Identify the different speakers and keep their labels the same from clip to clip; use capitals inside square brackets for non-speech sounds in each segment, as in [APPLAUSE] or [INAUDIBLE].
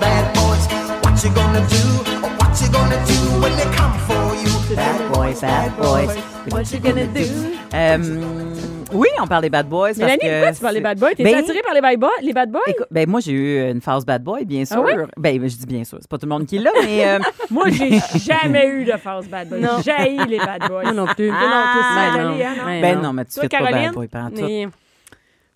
Speaker 1: bad boys, what you gonna do? Oh, What you gonna do when they come for you?
Speaker 2: Bad boys, bad boys.
Speaker 3: What you gonna do?
Speaker 2: Euh, oui, on parle des bad boys. parce
Speaker 3: Mélanie,
Speaker 2: que
Speaker 3: pourquoi tu parles des
Speaker 2: c'est-
Speaker 3: bad boys? T'es
Speaker 2: Ben,
Speaker 3: attirée par les bad boys? Les bad boys?
Speaker 2: écoute, ben, moi, j'ai eu une phase bad boy, bien sûr.
Speaker 3: Ah oui?
Speaker 2: Ben, je dis bien sûr. C'est pas tout le monde qui l'a, mais.
Speaker 3: [LAUGHS]
Speaker 2: euh,
Speaker 3: Moi, j'ai jamais eu de phase bad boy.
Speaker 4: Non.
Speaker 3: J'ai les bad boys.
Speaker 4: Moi non plus.
Speaker 3: Ah,
Speaker 4: Ben
Speaker 3: non,
Speaker 4: non.
Speaker 3: t'es allée, hein, non?
Speaker 4: Ben
Speaker 2: ben non, mais tu
Speaker 3: Toi,
Speaker 2: fais pas
Speaker 3: Caroline?
Speaker 2: bad boy pendant tout.
Speaker 4: Mais-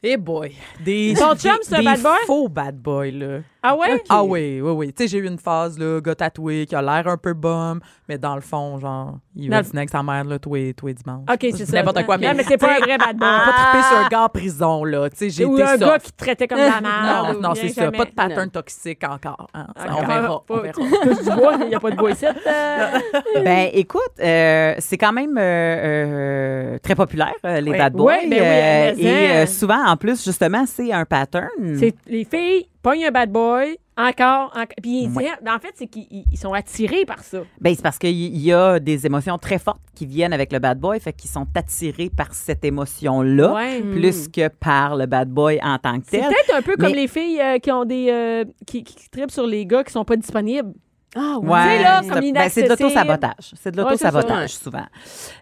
Speaker 5: Eh boy! Des,
Speaker 3: Ton chum,
Speaker 5: des-
Speaker 3: c'est un
Speaker 5: des
Speaker 3: bad boy?
Speaker 5: faux bad boy, là.
Speaker 3: Ah ouais?
Speaker 5: Ah oui, oui, oui. Tu sais, j'ai eu une phase, là, gars tatoué, qui a l'air un peu bum, mais dans le fond, genre, il
Speaker 3: Dans
Speaker 5: va
Speaker 3: le-
Speaker 5: dîner avec sa mère, là, tous les, tous les dimanches.
Speaker 3: OK, c'est
Speaker 5: Je dis
Speaker 3: ça.
Speaker 5: N'importe quoi, mais.
Speaker 3: Non, mais c'est pas un vrai bad boy.
Speaker 5: J'ai pas trippé sur un gars en prison, là. Tu sais, j'ai
Speaker 3: Ah! Ou
Speaker 5: été
Speaker 3: un
Speaker 5: soft.
Speaker 3: gars qui te traitait comme de la merde.
Speaker 5: Non,
Speaker 3: ou
Speaker 5: non,
Speaker 3: bien
Speaker 5: c'est ça.
Speaker 3: jamais.
Speaker 5: Pas de pattern toxique encore. hein. Ça,
Speaker 3: Ah,
Speaker 5: on verra.
Speaker 3: pas-
Speaker 5: On verra.
Speaker 3: Touche du bois, il n'y a pas de bois ici. Euh,
Speaker 2: Ben, écoute, euh, c'est quand même euh, euh, très populaire, euh, les
Speaker 3: Oui.
Speaker 2: bad boys.
Speaker 3: Oui, ben oui,
Speaker 2: euh,
Speaker 3: mais
Speaker 2: et
Speaker 3: hein.
Speaker 2: euh, souvent, en plus, justement, c'est un pattern.
Speaker 3: C'est les filles pognent un bad boy encore, encore puis ils
Speaker 2: Ouais.
Speaker 3: disent- en fait c'est qu'ils ils- ils sont attirés par ça.
Speaker 2: Ben, c'est parce qu'il y a des émotions très fortes qui viennent avec le bad boy, fait qu'ils sont attirés par cette
Speaker 5: Ah.
Speaker 2: émotion-là,
Speaker 3: Ouais.
Speaker 2: plus que par le bad boy en tant que
Speaker 3: Mm. C'est
Speaker 2: tel.
Speaker 3: peut-être un peu comme
Speaker 2: Mais-
Speaker 3: les filles euh, qui ont des euh, qui, qui trippent sur les gars qui sont pas disponibles.
Speaker 4: Ah ouais.
Speaker 2: Ouais,
Speaker 3: Tu sais, là,
Speaker 2: c'est-
Speaker 3: comme
Speaker 2: ben, c'est de
Speaker 3: inaccessible.
Speaker 2: l'auto-sabotage. C'est de
Speaker 3: Ouais, c'est ça.
Speaker 2: l'auto-sabotage,
Speaker 4: Ouais.
Speaker 2: souvent.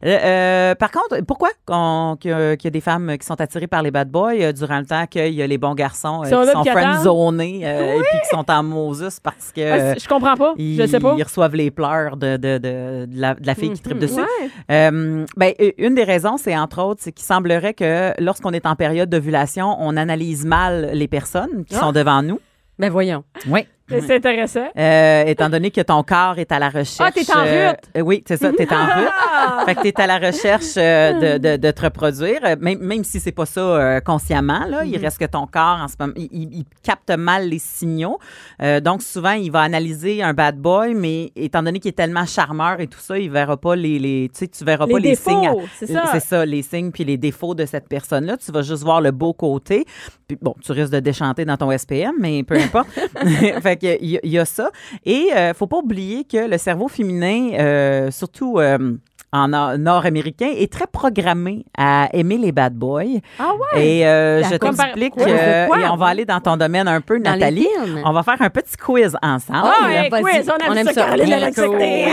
Speaker 2: Euh, euh, par contre, pourquoi qu'on- qu'il y, a- qu'il y a des femmes qui sont attirées par les bad boys euh, durant le temps qu'il y a les bons garçons euh,
Speaker 3: Ils sont là
Speaker 2: qui sont
Speaker 3: puis attendent.
Speaker 2: friendzonés euh, et puis qui sont en Moses parce que euh,
Speaker 3: Ah, c'est- je comprends pas,
Speaker 2: ils,
Speaker 3: je sais pas. Mm-hmm.
Speaker 2: ils reçoivent les pleurs de, de, de, de la, de la fille qui tripe dessus.
Speaker 3: Ouais.
Speaker 2: Euh, ben, u- une des raisons, c'est entre autres, c'est qu'il semblerait que lorsqu'on est en période d'ovulation, on analyse mal les personnes qui
Speaker 3: Ah.
Speaker 2: sont devant nous.
Speaker 4: Ben voyons.
Speaker 2: Oui.
Speaker 3: C'est- C'est intéressant.
Speaker 2: Euh, étant donné que ton corps est à la recherche.
Speaker 3: Ah, t'es en
Speaker 2: euh,
Speaker 3: rut.
Speaker 2: euh, oui, c'est ça, t'es en
Speaker 3: [LAUGHS]
Speaker 2: route. fait que t'es à la recherche euh, de, de, de te reproduire, euh, même, même si c'est pas ça euh, consciemment, là.
Speaker 3: Mhm.
Speaker 2: Il reste que ton corps, en ce moment, il, il- il capte mal les signaux. Euh, donc, souvent, il va analyser un bad boy, mais étant donné qu'il est tellement charmeur et tout ça, il verra pas les. les tu sais, tu verras
Speaker 3: Les
Speaker 2: pas
Speaker 3: défauts,
Speaker 2: les signes. Euh,
Speaker 3: c'est ça.
Speaker 2: C'est ça, les signes puis les défauts de cette personne-là. Tu vas juste voir le beau côté. Puis bon, tu risques de déchanter dans ton SPM, mais peu
Speaker 3: [LAUGHS]
Speaker 2: importe. [LAUGHS] fait que il y, a- il y a ça. Et euh, faut pas oublier que le cerveau féminin, euh, surtout euh, en nor- nord-américain, est très programmé à aimer les bad boys.
Speaker 3: Ah ouais.
Speaker 2: Et euh,
Speaker 4: La
Speaker 2: je
Speaker 4: compar-
Speaker 2: t'explique,
Speaker 3: Quoi?
Speaker 2: euh,
Speaker 3: Pourquoi?
Speaker 2: et on va aller dans ton domaine un peu,
Speaker 4: Dans
Speaker 2: Nathalie.
Speaker 4: les films.
Speaker 2: On va faire un petit quiz ensemble.
Speaker 3: Ah,
Speaker 4: oui,
Speaker 3: hey,
Speaker 4: vas-y.
Speaker 3: quiz, on aime ça, Caroline, elle a accepté.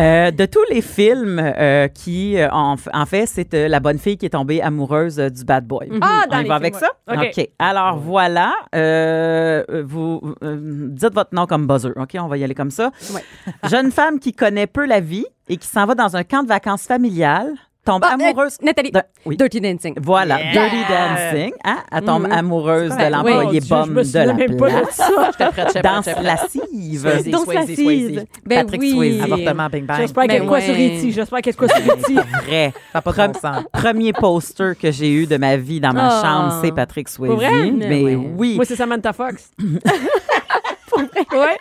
Speaker 2: Euh, de tous les films euh, qui, euh, en, f- en fait, c'est euh, la bonne fille qui est tombée amoureuse euh, du bad boy.
Speaker 3: Ah, dans
Speaker 2: On y
Speaker 3: les
Speaker 2: va
Speaker 3: films,
Speaker 2: avec
Speaker 3: ouais.
Speaker 2: ça?
Speaker 3: OK.
Speaker 2: Alors, voilà. Euh, vous euh, dites votre nom comme buzzer. OK, on va y aller comme ça.
Speaker 4: Ouais.
Speaker 2: [LAUGHS] Jeune femme qui connaît peu la vie et qui s'en va dans un camp de vacances familial, tombe
Speaker 4: Ah, euh,
Speaker 2: amoureuse...
Speaker 4: Nathalie.
Speaker 2: de- oui.
Speaker 4: Dirty Dancing.
Speaker 2: Voilà, Dirty Dancing. Hein? Elle tombe
Speaker 3: Mm-hmm.
Speaker 4: Mhm.
Speaker 2: amoureuse de l'employé
Speaker 3: Mon Oh, Dieu,
Speaker 2: bum
Speaker 3: je me
Speaker 2: de
Speaker 3: souviens
Speaker 2: la
Speaker 3: même pas de
Speaker 2: place.
Speaker 3: ça.
Speaker 2: Danse lascive.
Speaker 5: Swayze, Swayze, Swayze.
Speaker 4: Ben
Speaker 2: Patrick
Speaker 4: oui.
Speaker 2: Swayze.
Speaker 5: Avortement, bing bang.
Speaker 3: J'espère qu'il y a
Speaker 4: Ben
Speaker 3: de quoi
Speaker 4: ouais.
Speaker 3: sur E.T. J'espère qu'il y a de quoi sur
Speaker 2: [LAUGHS]
Speaker 3: E E.T.
Speaker 2: Vrai.
Speaker 5: Ça a
Speaker 3: [LAUGHS]
Speaker 5: pas de bon sens.
Speaker 2: Premier poster que j'ai eu de ma vie dans ma
Speaker 4: Ah.
Speaker 2: chambre, c'est Patrick Swayze.
Speaker 3: Pour vrai?
Speaker 2: Mais,
Speaker 4: Mais ouais.
Speaker 2: oui.
Speaker 3: Moi, c'est Samantha Fox.
Speaker 2: [LAUGHS]
Speaker 3: ouais.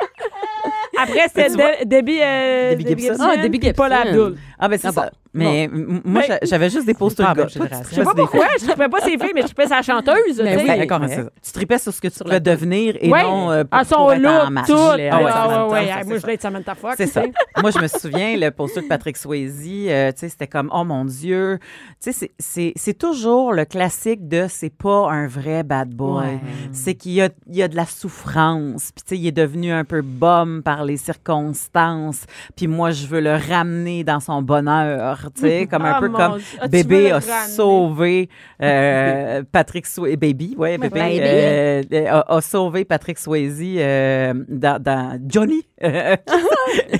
Speaker 3: Après, c'était De- Debbie, euh,
Speaker 2: Debbie Gibson.
Speaker 4: Ah, Debbie
Speaker 3: puis Paul
Speaker 4: Gibson.
Speaker 3: Abdul.
Speaker 2: Ah, ben c'est
Speaker 4: Ah bon.
Speaker 2: ça. Mais m- moi,
Speaker 3: Mais-
Speaker 2: j'a- j'avais juste des posters
Speaker 5: pas
Speaker 2: de
Speaker 5: la
Speaker 2: gars.
Speaker 5: même génération.
Speaker 3: Je sais pas pourquoi, je ne trouvais pas ses filles, mais je trouvais sa chanteuse.
Speaker 4: Ben
Speaker 3: tu sais.
Speaker 4: oui.
Speaker 2: D'accord,
Speaker 5: Ouais.
Speaker 2: mais c'est ça. Tu tripais sur ce que tu voulais devenir et
Speaker 3: Ouais.
Speaker 2: non euh, pour,
Speaker 3: à son
Speaker 2: pour être en
Speaker 3: look,
Speaker 2: match.
Speaker 3: tout.
Speaker 5: Je l'ai,
Speaker 3: Ah ouais,
Speaker 5: ouais, Samantha,
Speaker 3: ouais, ouais, ouais.
Speaker 5: ça, c'est
Speaker 3: Moi, je
Speaker 5: ça.
Speaker 3: voulais être Samantha Fox.
Speaker 2: C'est
Speaker 3: tu
Speaker 2: ça.
Speaker 3: sais.
Speaker 2: [LAUGHS] Moi, je me souviens, le poster de Patrick Swayze, euh, tu sais, c'était comme, oh mon Dieu. Tu sais, c'est- c'est- c'est toujours le classique de c'est pas un vrai bad boy.
Speaker 4: Ouais.
Speaker 2: C'est qu'il y a, il y a de la souffrance. Puis, tu sais, il est devenu un peu bum par les circonstances. Puis, moi, je veux le ramener dans son bonheur. Tu
Speaker 3: [LAUGHS]
Speaker 2: sais, comme un
Speaker 3: Ah,
Speaker 2: peu
Speaker 3: mon
Speaker 2: comme
Speaker 3: Dieu. Ah, tu veux
Speaker 2: bébé
Speaker 3: le
Speaker 2: a
Speaker 3: ramener.
Speaker 2: sauvé
Speaker 3: [LAUGHS]
Speaker 2: euh, Patrick Swayze. Baby, ouais, bébé.
Speaker 4: Baby.
Speaker 2: euh, euh, a, a sauvé Patrick Swayze euh, dans, dans Johnny.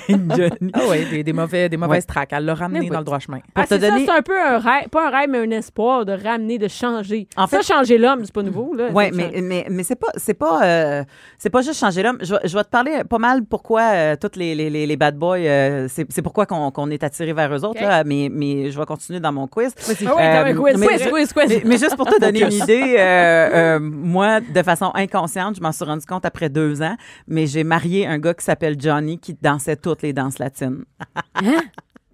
Speaker 2: Johnny.
Speaker 5: Ah oui, [LAUGHS] des, des mauvais, des mauvaises
Speaker 2: Ouais.
Speaker 5: tracks. Elle l'a ramené
Speaker 4: Mais
Speaker 5: dans
Speaker 4: oui.
Speaker 5: le droit chemin.
Speaker 2: Pour
Speaker 3: Ah,
Speaker 2: te
Speaker 3: c'est ça,
Speaker 2: donner-
Speaker 3: c'est un peu un rêve, pas un rêve, mais un espoir de ramener, de changer.
Speaker 2: En fait-
Speaker 3: ça, changer l'homme, c'est pas nouveau. Là,
Speaker 2: Oui,
Speaker 3: Ça,
Speaker 2: mais,
Speaker 3: changer-
Speaker 2: mais, mais c'est pas c'est pas euh, c'est pas juste changer l'homme. Je, vais- je vais te parler pas mal pourquoi euh, toutes les, les, les, les bad boys euh, c'est c'est pourquoi qu'on qu'on est attiré vers eux autres
Speaker 3: OK.
Speaker 2: là, mais, mais je vais continuer dans mon
Speaker 3: [LAUGHS]
Speaker 2: quiz.
Speaker 3: Ah ouais,
Speaker 2: Euh,
Speaker 3: t'as un quiz,
Speaker 2: mais-
Speaker 3: quiz, quiz, quiz.
Speaker 2: Mais, mais juste pour te donner une idée,
Speaker 3: [LAUGHS]
Speaker 2: euh, euh, moi, de façon inconsciente, je m'en suis rendu compte après deux ans, mais j'ai marié un gars qui s'appelle Johnny qui dansait toutes les danses latines.
Speaker 3: Hein?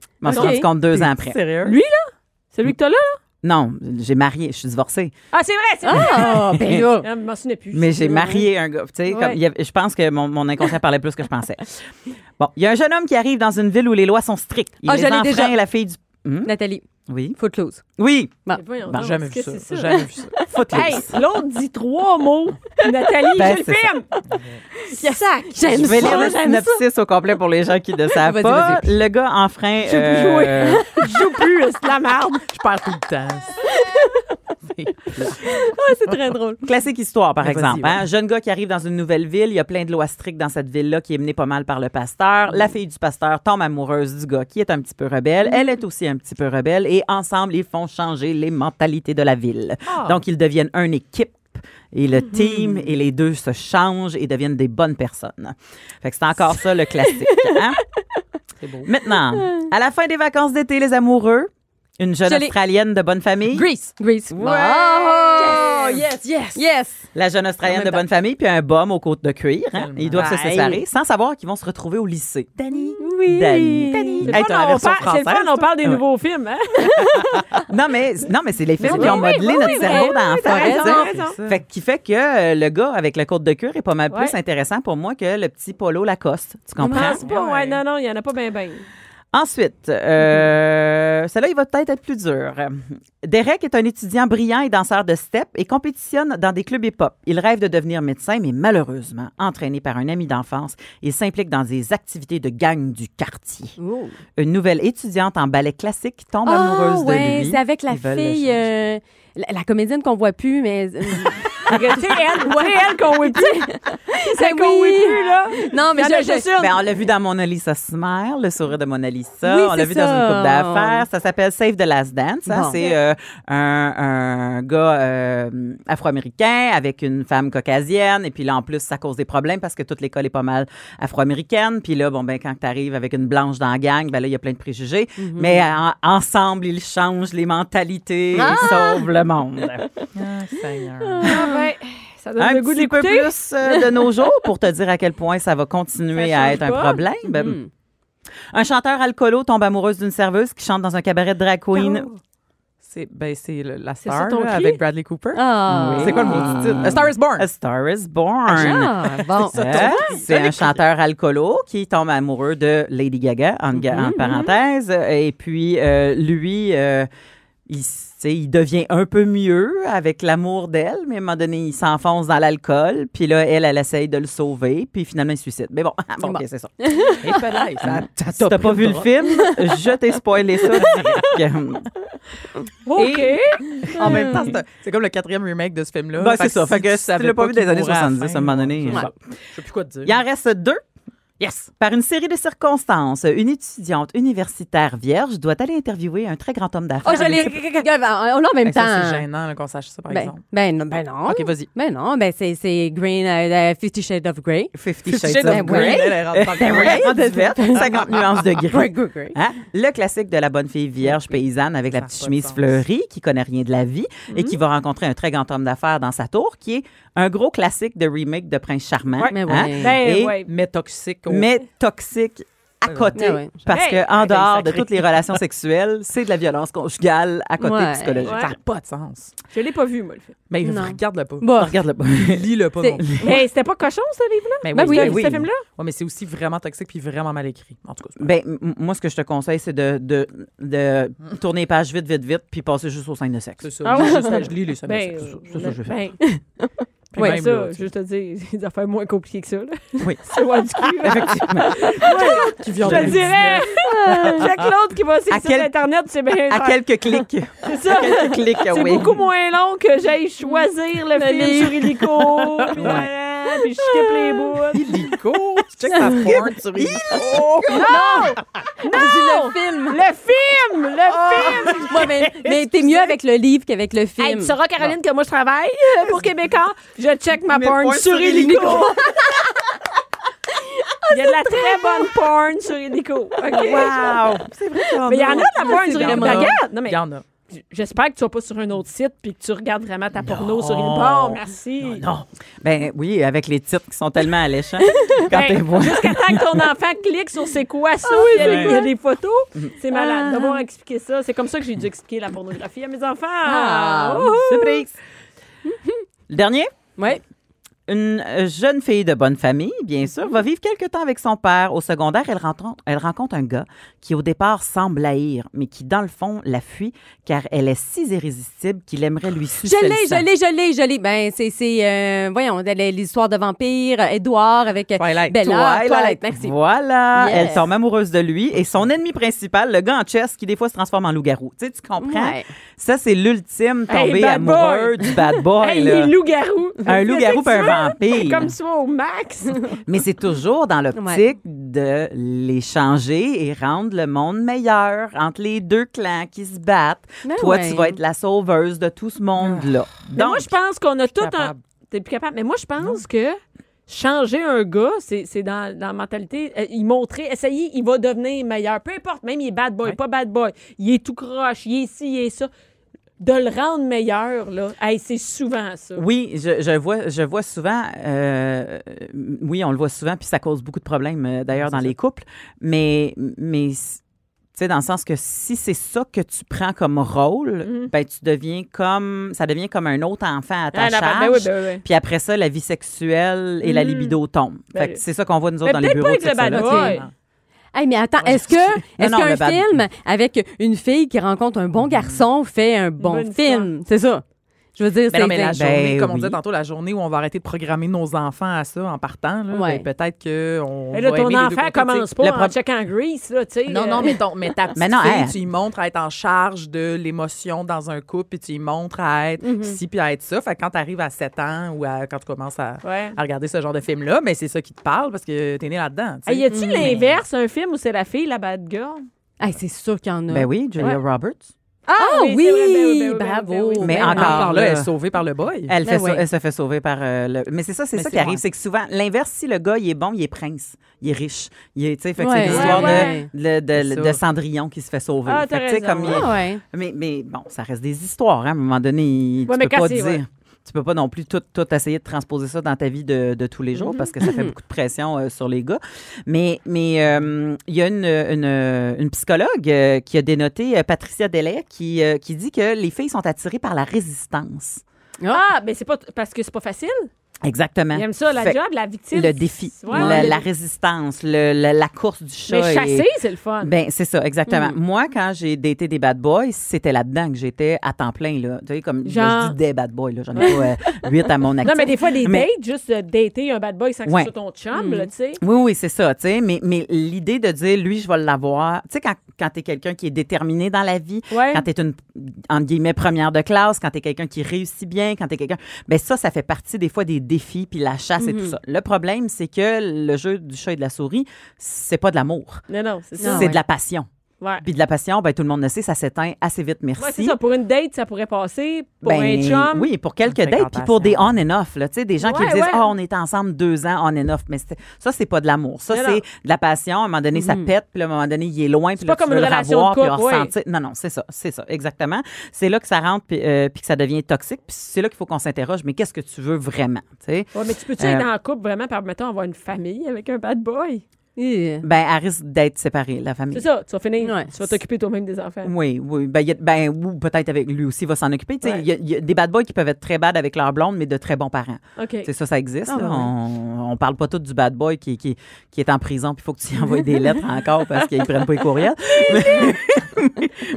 Speaker 2: Je [LAUGHS] m'en suis
Speaker 3: Ok.
Speaker 2: rendu compte deux ans après.
Speaker 5: Sérieux?
Speaker 3: Lui, là? Celui que t'as là?
Speaker 2: Non, j'ai marié, je suis divorcée.
Speaker 3: Ah, c'est vrai, c'est vrai.
Speaker 6: Ah, ben là.
Speaker 3: Ah, je m'en souvenais plus.
Speaker 2: Mais j'ai marié un gars. Tu sais, comme
Speaker 3: Ouais.
Speaker 2: il y avait- je pense que mon, mon inconscient parlait plus que je pensais. Bon, il y a un jeune homme qui arrive dans une ville où les lois sont strictes. Il
Speaker 6: Ah,
Speaker 2: les
Speaker 6: je l'ai
Speaker 2: enfreint,
Speaker 6: déjà.
Speaker 2: la fille du. Hmm?
Speaker 6: Nathalie,
Speaker 2: Oui.
Speaker 6: Footloose.
Speaker 2: Oui.
Speaker 3: Mais voyons
Speaker 5: Ben,
Speaker 3: donc,
Speaker 5: jamais vu
Speaker 3: qu'est-ce Ah, que
Speaker 5: ça.
Speaker 3: c'est
Speaker 5: Jamais vu ça.
Speaker 3: [LAUGHS]
Speaker 2: Footloose.
Speaker 3: Hey, l'autre dit trois mots. Nathalie,
Speaker 2: Ben,
Speaker 3: je le
Speaker 2: c'est
Speaker 3: filme.
Speaker 6: Sac! J'aime
Speaker 2: Je vais lire
Speaker 6: ça,
Speaker 2: le
Speaker 6: j'aime ça.
Speaker 2: synopsis au complet pour les gens qui ne
Speaker 6: [LAUGHS]
Speaker 2: savent
Speaker 6: Vas-y,
Speaker 2: pas.
Speaker 6: vas-y.
Speaker 2: Le gars enfreint.
Speaker 3: Je veux
Speaker 6: [LAUGHS]
Speaker 3: plus
Speaker 2: euh, [LAUGHS]
Speaker 3: Je joue plus, c'est de la merde.
Speaker 5: Je perds tout le temps.
Speaker 3: C'est très drôle.
Speaker 2: Classique histoire, par
Speaker 5: Mais vas-y,
Speaker 2: exemple.
Speaker 5: ouais.
Speaker 2: hein. Jeune gars qui arrive dans une nouvelle ville, il y a plein de lois strictes dans cette ville-là qui est menée pas mal par le pasteur. La fille du pasteur tombe amoureuse du gars qui est un petit peu rebelle. Elle est aussi un petit peu rebelle et ensemble, ils font changer les mentalités de la ville. Donc, ils deviennent une équipe. Et le team et les deux se changent et deviennent des bonnes personnes. Fait que c'est encore ça le classique. hein.
Speaker 5: C'est beau.
Speaker 2: Maintenant, à la fin des vacances d'été, les amoureux, une jeune
Speaker 6: Je l'ai.
Speaker 2: Australienne de bonne famille.
Speaker 6: Grease. Grease.
Speaker 2: Ouais.
Speaker 3: yes, yes.
Speaker 6: Yes!
Speaker 2: La jeune Australienne
Speaker 6: En
Speaker 2: de
Speaker 6: même
Speaker 2: bonne famille, puis un bum aux côtes de cuir. hein. Ils doivent se
Speaker 6: Tellement.
Speaker 2: séparer sans savoir qu'ils vont se retrouver au lycée.
Speaker 6: Danny.
Speaker 3: Oui.
Speaker 2: Dani.
Speaker 3: Dani.
Speaker 2: Hey, t'as la
Speaker 3: on
Speaker 2: version
Speaker 3: parle, c'est le fun,
Speaker 2: française,
Speaker 3: on parle des
Speaker 2: toi?
Speaker 3: nouveaux films. Hein?
Speaker 2: Non, mais, non, mais c'est les films
Speaker 6: Oui,
Speaker 2: qui ont
Speaker 6: oui,
Speaker 2: modelé
Speaker 6: oui,
Speaker 2: notre
Speaker 6: oui,
Speaker 2: cerveau
Speaker 6: oui,
Speaker 2: dans la
Speaker 6: t'as
Speaker 2: forêt.
Speaker 6: raison,
Speaker 2: tu sais.
Speaker 6: t'as raison.
Speaker 2: Fait, qui fait que euh, le gars avec la côte de cuir est pas mal
Speaker 3: Ouais.
Speaker 2: plus intéressant pour moi que le petit polo Lacoste. Tu
Speaker 3: On
Speaker 2: comprends?
Speaker 3: pense pas, ouais, non, non, il y en a pas ben ben.
Speaker 2: Ensuite, euh, celui-là, il va peut-être être plus dur. Derek est un étudiant brillant et danseur de step et compétitionne dans des clubs hip-hop. Il rêve de devenir médecin, mais malheureusement, entraîné par un ami d'enfance, il s'implique dans des activités de gang du quartier. Une nouvelle étudiante en ballet classique tombe amoureuse de
Speaker 4: Ah, ouais,
Speaker 2: lui.
Speaker 4: c'est avec la
Speaker 2: Ils veulent le
Speaker 4: fille,
Speaker 2: changer.
Speaker 4: euh, la, la comédienne qu'on voit plus, mais
Speaker 3: C'est elle, c'est elle qu'on whip plus. C'est elle qu'on
Speaker 4: oui.
Speaker 3: whip plus, là.
Speaker 4: non, mais
Speaker 3: Il y en a,
Speaker 4: je, je-
Speaker 3: suis sûre.
Speaker 2: Ben, on l'a vu dans Mona Lisa Smile, le sourire de Mona Lisa.
Speaker 4: Oui,
Speaker 2: on l'a
Speaker 4: c'est
Speaker 2: vu
Speaker 4: ça.
Speaker 2: dans une coupe d'affaires. Ça s'appelle Save the Last Dance. hein.
Speaker 4: Bon.
Speaker 2: C'est euh, un, un gars euh, afro-américain avec une femme caucasienne. Et puis là, en plus, ça cause des problèmes parce que toute l'école est pas mal afro-américaine. Puis là, bon, ben, quand tu arrives avec une blanche dans la gang, ben là, il y a plein de préjugés.
Speaker 4: Mm-hmm.
Speaker 2: Mais en- ensemble, ils changent les mentalités. et Ils sauvent le monde.
Speaker 5: Ah, Seigneur.
Speaker 3: Ah ben, ça donne
Speaker 2: un
Speaker 3: le goût
Speaker 2: petit peu
Speaker 3: d'écouter.
Speaker 2: plus euh,
Speaker 3: [LAUGHS]
Speaker 2: de nos jours pour te dire à quel point ça va continuer
Speaker 3: Ça
Speaker 2: à
Speaker 3: change
Speaker 2: être un
Speaker 3: pas.
Speaker 2: problème. Un chanteur alcoolo tombe amoureuse d'une serveuse qui chante dans un cabaret de drag
Speaker 3: Ah
Speaker 2: queen.
Speaker 5: C'est ben, c'est le- la
Speaker 3: ça
Speaker 5: star
Speaker 3: ton
Speaker 5: là,
Speaker 3: cri?
Speaker 5: avec Bradley Cooper.
Speaker 4: Ah.
Speaker 5: C'est quoi le mot du titre? A Star is Born.
Speaker 2: A Star is Born. [LAUGHS]
Speaker 4: Ah, bon.
Speaker 2: Hein? C'est un chanteur alcoolo qui tombe amoureux de Lady Gaga, en, ga-
Speaker 5: Mm-hmm.
Speaker 2: en parenthèse. Et puis, euh, lui, euh, il, s- tu sais, il devient un peu mieux avec l'amour d'elle, mais à un moment donné, il s'enfonce dans l'alcool. Puis là, elle, elle essaye de le sauver. Puis finalement, il se suicide. Mais bon, [LAUGHS] ah, bon, ok, c'est ça.
Speaker 5: Et peut-être, ça- ça
Speaker 2: Si t'as
Speaker 5: t'a
Speaker 2: pas
Speaker 5: pris
Speaker 2: vu le
Speaker 5: droit.
Speaker 2: film, je t'ai spoilé ça.
Speaker 5: [LAUGHS]
Speaker 2: direct.
Speaker 3: Oh, OK.
Speaker 5: En même temps, c'est- c'est comme le quatrième remake de ce film-là.
Speaker 2: Ben,
Speaker 5: Fait
Speaker 2: c'est
Speaker 5: que
Speaker 2: ça.
Speaker 5: si
Speaker 2: Fait que
Speaker 5: tu
Speaker 2: si
Speaker 5: savais
Speaker 2: tu l'as pas vu
Speaker 5: qu'il
Speaker 2: des années
Speaker 5: mourait à la
Speaker 2: 70,
Speaker 5: fin,
Speaker 2: à un moment donné, euh,
Speaker 5: je sais
Speaker 2: ouais.
Speaker 5: pas. Je sais plus quoi te dire.
Speaker 2: Il en reste deux.
Speaker 5: Yes.
Speaker 2: Par une série de circonstances, une étudiante universitaire vierge doit aller interviewer un très grand homme
Speaker 4: Oh,
Speaker 2: d'affaires.
Speaker 4: je l'ai. On l'a Ah, en même
Speaker 5: Ben, ça, c'est
Speaker 4: temps.
Speaker 5: gênant là, qu'on sache ça, par
Speaker 4: Ben,
Speaker 5: exemple.
Speaker 4: ben, non, ben non.
Speaker 5: OK, vas-y.
Speaker 4: Ben non, ben c'est- c'est Green, euh, euh, Fifty Shades of Grey.
Speaker 2: [LAUGHS] Fifty
Speaker 5: Fifty
Speaker 2: Shades of Grey.
Speaker 5: Elle est rentrée dans le
Speaker 2: [LAUGHS] Ben
Speaker 5: film.
Speaker 2: oui, on dit vite. 50 nuances de gris. Hein? Le classique de la bonne fille vierge paysanne avec la
Speaker 5: Ça a
Speaker 2: petite
Speaker 5: pas de
Speaker 2: chemise
Speaker 5: sens.
Speaker 2: fleurie qui connaît rien de la vie et qui va rencontrer un très grand homme d'affaires dans sa tour qui est un gros classique de remake de Prince Charmant.
Speaker 4: Mais
Speaker 2: hein.
Speaker 4: ouais.
Speaker 3: Ben,
Speaker 2: Et-
Speaker 3: ouais.
Speaker 5: Mais toxique. au-
Speaker 2: mais toxique à côté
Speaker 4: Ah ouais.
Speaker 2: parce
Speaker 3: Hey,
Speaker 2: que en
Speaker 5: hey,
Speaker 2: dehors de
Speaker 5: sacré.
Speaker 2: toutes les relations sexuelles, c'est de la violence conjugale à côté
Speaker 4: Ouais.
Speaker 2: psychologique.
Speaker 3: Ouais.
Speaker 5: Ça n'a pas de sens.
Speaker 3: Je l'ai pas vu, moi, le
Speaker 5: [LAUGHS]
Speaker 3: film.
Speaker 5: Mais
Speaker 4: Non.
Speaker 5: regarde-le pas.
Speaker 4: Bon.
Speaker 2: Regarde le
Speaker 5: [LAUGHS] Lis-le pas [LAUGHS]
Speaker 4: C'est-
Speaker 5: non plus.
Speaker 3: Mais c'était pas cochon, ce livre-là?
Speaker 5: Mais
Speaker 4: Ben oui,
Speaker 3: T'as
Speaker 5: c'est-
Speaker 3: vu
Speaker 2: oui.
Speaker 3: ce film-là?
Speaker 5: Ouais, mais c'est aussi vraiment toxique puis vraiment mal écrit. En tout cas, c'est pas-
Speaker 2: Ben, m- moi, ce que je te conseille, c'est de, de, de
Speaker 3: Hein?
Speaker 2: tourner les pages vite, vite, vite, puis passer juste aux scènes de sexe.
Speaker 5: c'est ça.
Speaker 3: Ah ouais.
Speaker 5: Je- je- je lis les semaines,
Speaker 3: Ben,
Speaker 5: c'est ça.
Speaker 2: ça, ça, je vais
Speaker 3: ben,
Speaker 5: Puis
Speaker 3: ouais,
Speaker 5: même,
Speaker 3: ça,
Speaker 5: là, tu
Speaker 3: je veux te dire, c'est des affaires moins compliquées que ça, là.
Speaker 2: Oui.
Speaker 3: C'est loin du cul,
Speaker 2: [LAUGHS]
Speaker 3: là.
Speaker 2: Effectivement.
Speaker 5: sais, qui vient
Speaker 3: Je te le dirais! euh, Jack Claude qui va essayer
Speaker 2: À
Speaker 3: sur
Speaker 2: quel-
Speaker 3: Internet, c'est bien.
Speaker 2: À quelques
Speaker 3: [LAUGHS]
Speaker 2: clics.
Speaker 3: C'est ça!
Speaker 2: Quelques clics,
Speaker 3: C'est
Speaker 2: oui.
Speaker 3: beaucoup moins long que j'aille choisir le film sur [LAUGHS] Illico, puis voilà, puis je skip les bouts.
Speaker 5: Illico. Tu check [LAUGHS] ta porn sur Illico.
Speaker 4: Vas-y, Ah, le film.
Speaker 3: [LAUGHS] Le film! Le film!
Speaker 4: Ouais, mais mais t'es mieux avec le livre qu'avec le film.
Speaker 3: Hey, tu sauras, Caroline, que moi, je travaille [LAUGHS] euh, pour Québécois. Je check ma porn sur Illico. Il y a de la très bonne porn sur Illico. [LAUGHS] OK?
Speaker 2: Wow! C'est vrai qu'il y en a.
Speaker 3: Mais il y en a de la porn sur Illico.
Speaker 4: vraiment-
Speaker 3: Regarde! Non,
Speaker 5: Il
Speaker 3: mais
Speaker 5: y en a.
Speaker 3: j'espère que tu vas pas sur un autre site puis que tu regardes vraiment ta porno sur une porn. Merci.
Speaker 2: Non. Ben oui, avec les titres qui sont tellement
Speaker 3: [LAUGHS]
Speaker 2: alléchants. Quand
Speaker 3: Ben,
Speaker 2: t'es vois.
Speaker 3: Jusqu'à temps que ton enfant clique sur Ah c'est quoi ça, puis il y a-
Speaker 2: c'est
Speaker 3: il y
Speaker 2: quoi?
Speaker 3: a des photos, c'est malade.
Speaker 4: Ah.
Speaker 3: D'avoir expliqué ça, c'est comme ça que j'ai dû expliquer la pornographie à mes enfants. Oh!
Speaker 4: Ah.
Speaker 3: Wouhou!
Speaker 2: Surprise! Le [LAUGHS] dernier?
Speaker 4: Ouais.
Speaker 2: Une euh, jeune fille de bonne famille, bien sûr, va vivre quelques temps avec son père. Au secondaire, elle rencontre, elle rencontre un gars qui, au départ, semble haïr, mais qui, dans le fond, la fuit car elle est si irrésistible qu'il aimerait lui
Speaker 4: Je
Speaker 2: sucer le
Speaker 4: l'ai,
Speaker 2: sang.
Speaker 4: je l'ai, je l'ai, je l'ai. Ben, c'est, c'est, euh, voyons, les- l'histoire de vampire, euh, Edouard avec euh,
Speaker 5: Twilight.
Speaker 3: Ben,
Speaker 4: Bella,
Speaker 2: Twilight.
Speaker 4: Twilight, merci.
Speaker 2: Voilà,
Speaker 4: Yes.
Speaker 2: elle tombe amoureuse de lui et son ennemi principal, le gars en chess qui des fois se transforme en loup-garou. Tu sais, tu comprends?
Speaker 4: Ouais.
Speaker 2: Ça, c'est l'ultime
Speaker 3: Hey,
Speaker 2: tombée
Speaker 3: bad boy.
Speaker 2: amoureux du bad
Speaker 4: [LAUGHS]
Speaker 2: boy.
Speaker 3: Hey,
Speaker 2: là.
Speaker 3: les loups-garous.
Speaker 2: Un loup-garou
Speaker 3: C'est
Speaker 2: puis un
Speaker 3: C'est
Speaker 2: vampire.
Speaker 3: comme ça au [LAUGHS] max.
Speaker 2: Mais c'est toujours dans l'optique
Speaker 4: Ouais.
Speaker 2: de les changer et rendre le monde meilleur entre les deux clans qui se battent.
Speaker 4: Ben
Speaker 2: Toi,
Speaker 4: ouais.
Speaker 2: tu vas être la sauveuse de tout ce monde-là.
Speaker 3: Mais moi, je pense qu'on a tout un.
Speaker 5: capable.
Speaker 3: T'es plus capable. Mais moi, je pense que changer un gars, c'est c'est dans, dans la mentalité. euh, il montrer, essayer, il va devenir meilleur. Peu importe, même il est bad boy, pas bad boy. Il est tout croche, il est ci, il est ça. De le rendre meilleur, là, hey, c'est souvent ça.
Speaker 2: Oui, je, je vois, je vois souvent, euh, euh, oui, on le voit souvent, puis ça cause beaucoup de problèmes euh, d'ailleurs dans les couples, mais, mais c- tu sais, dans le sens que si c'est ça que tu prends comme rôle,
Speaker 3: Mm.
Speaker 2: ben tu deviens comme, ça devient comme un autre enfant à ta
Speaker 3: Ah, là, ben,
Speaker 2: charge.
Speaker 3: ben oui, ben oui.
Speaker 2: Puis après ça, la vie sexuelle et la
Speaker 3: Mm.
Speaker 2: libido tombent.
Speaker 3: Ben,
Speaker 2: Fait que c'est ça qu'on voit nous autres
Speaker 3: mais
Speaker 2: dans les
Speaker 3: peut-être
Speaker 2: bureaux
Speaker 3: pas
Speaker 2: de
Speaker 3: avec le bad
Speaker 2: sexologues.
Speaker 3: boy.
Speaker 4: Hey, mais attends, est-ce que est-ce
Speaker 2: non, le
Speaker 4: qu'un
Speaker 2: bad-
Speaker 4: film avec une fille qui rencontre un bon garçon fait un bon
Speaker 3: bonne
Speaker 4: film? C'est ça. Je veux dire,
Speaker 5: Mais
Speaker 4: c'est
Speaker 5: non, mais la
Speaker 4: c'est-
Speaker 2: Ben
Speaker 5: journée, comme on
Speaker 2: oui.
Speaker 5: disait tantôt, la journée où on va arrêter de programmer nos enfants à ça en partant, là,
Speaker 4: Ouais.
Speaker 5: ben, peut-être qu'on.
Speaker 3: Mais là,
Speaker 5: va
Speaker 3: ton
Speaker 5: aimer les deux
Speaker 3: enfant
Speaker 5: côtés,
Speaker 3: commence
Speaker 5: tu
Speaker 3: pas
Speaker 2: le
Speaker 3: en
Speaker 2: pro-
Speaker 3: checkant Grease, là, tu sais.
Speaker 5: sais. Non,
Speaker 3: euh,
Speaker 5: non, mais, ton, mais ta
Speaker 2: [LAUGHS]
Speaker 5: petite
Speaker 2: Mais non, hein.
Speaker 5: fille,
Speaker 2: elle-
Speaker 5: tu y montres à être en charge de l'émotion dans un couple, puis tu y montres à être
Speaker 3: Mm-hmm.
Speaker 5: ci, puis à être ça. Fait que quand tu arrives à 7 ans ou à- quand tu commences à,
Speaker 3: Ouais.
Speaker 5: à regarder ce genre de film-là, mais c'est ça qui te parle parce que t'es né
Speaker 2: Ah,
Speaker 5: là-dedans. tu sais.
Speaker 3: Hey, Ah, y a-tu l'inverse, un film où c'est la fille, la bad girl?
Speaker 4: Hey, c'est sûr qu'il y en a.
Speaker 2: Ben oui, Julia Roberts.
Speaker 4: Ah
Speaker 3: oui,
Speaker 4: oui,
Speaker 3: c'est vrai, ben oui, ben oui, ben
Speaker 4: bravo.
Speaker 3: oui, ben oui.
Speaker 2: Mais
Speaker 4: Ben,
Speaker 2: encore
Speaker 5: Par là,
Speaker 2: là.
Speaker 5: elle est sauvée par le boy.
Speaker 2: Elle,
Speaker 4: Ben
Speaker 2: fait sau-
Speaker 4: oui.
Speaker 2: elle se fait sauver par euh, le. Mais c'est ça, c'est
Speaker 5: Mais
Speaker 2: ça qui
Speaker 5: c'est-
Speaker 2: arrive.
Speaker 5: ouais.
Speaker 2: C'est que souvent, l'inverse, si le gars, il est bon, il est prince, il est riche. Il est, tu sais, fait que
Speaker 4: Ouais.
Speaker 2: c'est l'histoire
Speaker 3: Ouais,
Speaker 2: de, de,
Speaker 5: C'est
Speaker 2: de-
Speaker 5: ça.
Speaker 2: de Cendrillon qui se fait sauver.
Speaker 3: Ah,
Speaker 2: Fait que,
Speaker 3: t'as
Speaker 2: tu sais,
Speaker 3: raison,
Speaker 2: comme
Speaker 3: ouais.
Speaker 2: il-
Speaker 4: Ah ouais.
Speaker 2: mais, mais bon, ça reste des histoires. hein. À un moment donné, il- tu
Speaker 3: Ouais, mais
Speaker 2: peux pas
Speaker 3: cassé,
Speaker 2: dire.
Speaker 3: ouais.
Speaker 2: Tu peux pas non plus tout, tout essayer de transposer ça dans ta vie de, de tous les jours
Speaker 3: Mm-hmm.
Speaker 2: parce que ça fait beaucoup de pression euh, sur les gars. Mais mais euh, il y a une, une- une psychologue euh, qui a dénoté euh, Patricia Delay qui, euh, qui dit que les filles sont attirées par la résistance.
Speaker 3: Ah, mais c'est pas parce que c'est pas facile.
Speaker 2: Exactement.
Speaker 3: Il aime ça, la
Speaker 2: Hein? Fait-
Speaker 3: job, la victime.
Speaker 2: le défi,
Speaker 3: Ouais.
Speaker 2: la, la résistance, le- la, la course du chat.
Speaker 3: Mais
Speaker 2: et-
Speaker 3: chasser, c'est le fun.
Speaker 2: Ben, c'est ça, exactement.
Speaker 3: Mm.
Speaker 2: Moi, quand j'ai daté des bad boys, c'était là-dedans que j'étais à temps plein. Là. Tu sais, comme
Speaker 3: Genre-
Speaker 2: je dis des bad boys, là. j'en ai pas euh, huit à mon actif.
Speaker 3: [LAUGHS] non, mais des fois, des
Speaker 2: Mais-
Speaker 3: dates, juste de dater un bad boy sans que ce
Speaker 2: Ouais. Mm.
Speaker 3: soit ton chum, là, tu sais.
Speaker 2: Oui, oui, c'est ça, tu sais. Mais, mais l'idée de dire, lui, je vais l'avoir. Tu sais, quand, quand t'es quelqu'un qui est déterminé dans la vie,
Speaker 3: Ouais.
Speaker 2: quand t'es une, entre guillemets, première de classe, quand t'es quelqu'un qui réussit bien, quand t'es quelqu'un. Ben, ça, ça fait partie des fois des défis, puis la chasse et
Speaker 3: Mm-hmm.
Speaker 2: tout ça. Le problème, c'est que le jeu du chat et de la souris, c'est pas de l'amour.
Speaker 3: Non, non, c'est ça.
Speaker 4: Non.
Speaker 2: C'est
Speaker 4: ouais.
Speaker 2: de la passion.
Speaker 3: Ouais.
Speaker 2: Puis de la passion, ben, tout le monde le sait, ça s'éteint assez vite, merci.
Speaker 3: Ouais, c'est ça. Pour une date, ça pourrait passer. Pour
Speaker 2: Ben,
Speaker 3: un chum.
Speaker 2: Oui, pour quelques
Speaker 5: Une
Speaker 2: dates, puis pour des on
Speaker 5: fréquentation.
Speaker 2: and off, là, tu sais, des gens qui
Speaker 3: Ouais,
Speaker 2: disent
Speaker 3: ouais.
Speaker 2: Ah, on est ensemble deux ans on and off. Mais c'est- ça, c'est pas de l'amour. Ça,
Speaker 3: Mais non. Mm-hmm.
Speaker 2: c'est de la passion. À un moment donné, ça pète, puis là, à un moment donné, il est loin, puis là,
Speaker 3: pas
Speaker 2: tu
Speaker 3: comme
Speaker 2: veux
Speaker 3: une
Speaker 2: le
Speaker 3: relation
Speaker 2: revoir,
Speaker 3: de
Speaker 2: puis le
Speaker 3: couple, ouais.
Speaker 2: ressentir. Non, non, c'est ça, c'est ça, exactement. C'est là que ça rentre, puis euh, puis que ça devient toxique, puis c'est là qu'il faut qu'on s'interroge mais qu'est-ce que tu veux vraiment, tu sais?
Speaker 3: Ouais, mais tu peux-tu
Speaker 2: Euh,
Speaker 3: être en couple vraiment, par mettons, avoir une famille avec un bad boy?
Speaker 4: Eh.
Speaker 2: Ben, elle risque d'être séparée, la famille.
Speaker 3: C'est ça. Tu vas finir.
Speaker 4: Ouais.
Speaker 3: Tu vas t'occuper toi-même des enfants.
Speaker 2: Oui, oui. Ben, il y a- ben, ou peut-être avec lui aussi, il va s'en occuper. Tu sais,
Speaker 3: Ouais.
Speaker 2: Il y, a- il y a des bad boys qui peuvent être très bad avec leur blonde, mais de très bons parents.
Speaker 3: OK.
Speaker 2: C'est ça, ça existe.
Speaker 4: Ah,
Speaker 2: là.
Speaker 4: ouais.
Speaker 2: On, on parle pas tout du bad boy qui, qui, qui est en prison, puis il faut que tu lui envoies
Speaker 3: [LAUGHS]
Speaker 2: des lettres encore parce qu'ils prennent pas les courriels. mais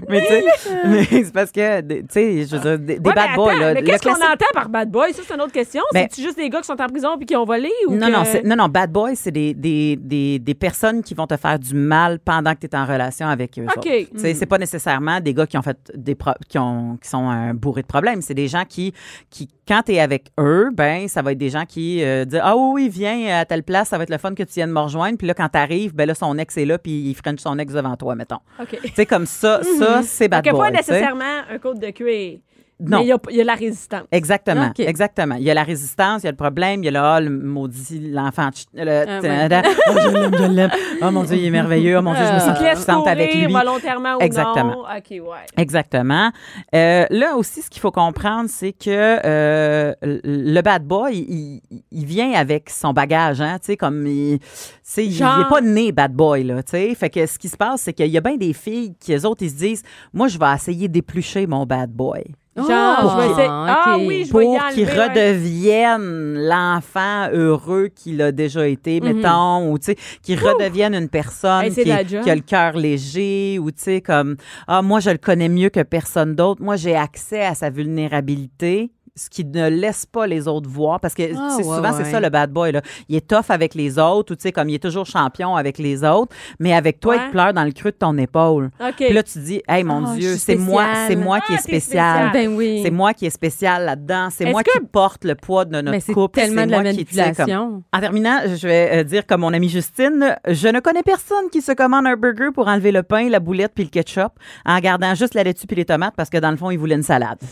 Speaker 2: mais tu sais, mais c'est parce que, des- tu sais, je veux dire, des, des
Speaker 3: Ouais, mais
Speaker 2: bad boys,
Speaker 3: attends,
Speaker 2: là.
Speaker 3: Mais
Speaker 2: le
Speaker 3: qu'est-ce qu'on
Speaker 2: classique-
Speaker 3: entend par bad boy? Ça, c'est une autre question.
Speaker 2: Ben-
Speaker 3: C'est-tu juste des gars qui sont en prison puis qui ont volé? Ou
Speaker 2: Non,
Speaker 3: que-
Speaker 2: non, c'est- non, non, bad boy, c'est des, des, des, des personnes qui vont te faire du mal pendant que tu es en relation avec eux.
Speaker 3: OK. Mm.
Speaker 2: autres. Tu sais, C'est pas nécessairement des gars qui ont fait des pro- qui, ont, qui sont euh, bourrés de problèmes. C'est des gens qui, qui quand tu es avec eux, ben ça va être des gens qui euh, disent Ah oui, oui, viens à telle place, ça va être le fun que tu viennes me rejoindre. Puis là, quand tu arrives, ben là, son ex est là, puis il french son ex devant toi, mettons.
Speaker 3: OK.
Speaker 2: Tu sais, comme ça, ça, c'est bad
Speaker 3: Mm-hmm. Donc,
Speaker 2: boy.
Speaker 3: pas
Speaker 2: tu sais.
Speaker 3: nécessairement un code de cuir. Mais
Speaker 2: non.
Speaker 3: il y a, il y a la résistance.
Speaker 2: Exactement,
Speaker 4: Ok.
Speaker 2: exactement. Il y a la résistance, il y a le problème, il y a le, ah, le maudit, l'enfant. ch- le-
Speaker 3: Ah,
Speaker 4: ouais.
Speaker 2: tadam. Oh, je l'aime, je l'aime. Oh mon Dieu, il est merveilleux. Oh mon Dieu, je me
Speaker 4: Euh,
Speaker 2: sens
Speaker 3: Ah. Qui laisse
Speaker 2: puissante
Speaker 3: courir
Speaker 2: avec lui.
Speaker 3: volontairement ou non.
Speaker 2: Exactement.
Speaker 3: OK, ouais.
Speaker 2: Exactement. Euh, là aussi, ce qu'il faut comprendre, c'est que euh, le bad boy, il, il- il vient avec son bagage, hein, tu sais, comme il, tu sais, il, il
Speaker 3: Genre.
Speaker 2: est pas né bad boy là, tu sais. Fait que ce qui se passe, c'est qu'il y a bien des filles qui les autres, ils se disent, moi, je vais essayer d'éplucher mon bad boy
Speaker 4: Ah,
Speaker 3: Genre, je vais essayer-
Speaker 4: ok.
Speaker 3: Ah oui, je vais y
Speaker 2: pour
Speaker 3: enlever
Speaker 2: qu'il
Speaker 3: un-
Speaker 2: redevienne l'enfant heureux qu'il a déjà été, mettons, ou tu sais, qu'il redevienne une personne
Speaker 3: Mhm. Hey, c'est
Speaker 2: qui,
Speaker 3: de la
Speaker 2: est-
Speaker 3: job.
Speaker 2: qui a le cœur léger, ou tu sais, comme, ah, moi, je le connais mieux que personne d'autre, moi, j'ai accès à sa vulnérabilité. Ce qui ne laisse pas les autres voir, parce que tu
Speaker 4: Ah,
Speaker 2: sais,
Speaker 4: ouais,
Speaker 2: souvent, c'est
Speaker 4: ouais.
Speaker 2: ça le bad boy. Là. Il est tough avec les autres, ou tu sais, comme il est toujours champion avec les autres, mais avec toi,
Speaker 3: Ouais.
Speaker 2: il te pleure dans le creux de ton épaule.
Speaker 3: OK.
Speaker 2: Puis
Speaker 3: [LAUGHS]
Speaker 2: là, tu dis, hey, mon
Speaker 4: Ah, je
Speaker 2: Dieu,
Speaker 4: suis
Speaker 2: c'est moi,
Speaker 4: spéciale.
Speaker 2: c'est moi qui
Speaker 3: Ah,
Speaker 2: est
Speaker 3: t'es spéciale.
Speaker 2: spécial.
Speaker 4: Ben oui.
Speaker 2: Bah, C'est moi qui est spécial là-dedans. C'est
Speaker 3: Est-ce
Speaker 2: moi qui porte le poids de notre
Speaker 4: Mais c'est
Speaker 2: couple.
Speaker 4: tellement de la
Speaker 2: moi qui, tu sais, comme-
Speaker 4: manipulation.
Speaker 2: En terminant, je vais euh, dire comme mon amie Justine, je ne connais personne qui se commande un burger pour enlever le pain, la boulette puis le ketchup en gardant juste la laitue puis les tomates parce que dans le fond, il voulait une salade.
Speaker 4: [LAUGHS]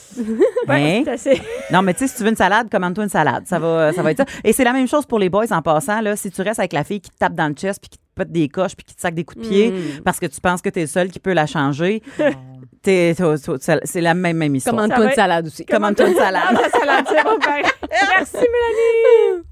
Speaker 2: Hein?
Speaker 3: Ah, C'est assez-
Speaker 2: Non, mais tu sais, si tu veux une salade, commande-toi une salade. Ça va, ça va être ça. Et c'est la même chose pour les boys en passant. Là, si tu restes avec la fille qui te tape dans le chest puis qui te pète des coches puis qui te sac des coups de pied
Speaker 4: Mm.
Speaker 2: parce que tu penses que tu es le seul qui peut la
Speaker 4: [LAUGHS]
Speaker 2: changer, t'es- t'as- t'as- c'est la même, même histoire.
Speaker 4: Commande-toi
Speaker 3: Ça
Speaker 4: une
Speaker 3: va-
Speaker 4: salade
Speaker 2: [LAUGHS]
Speaker 4: aussi.
Speaker 2: Commande-toi une salade.
Speaker 3: Ah, la salade, c'est bon, ben. Merci, Mélanie.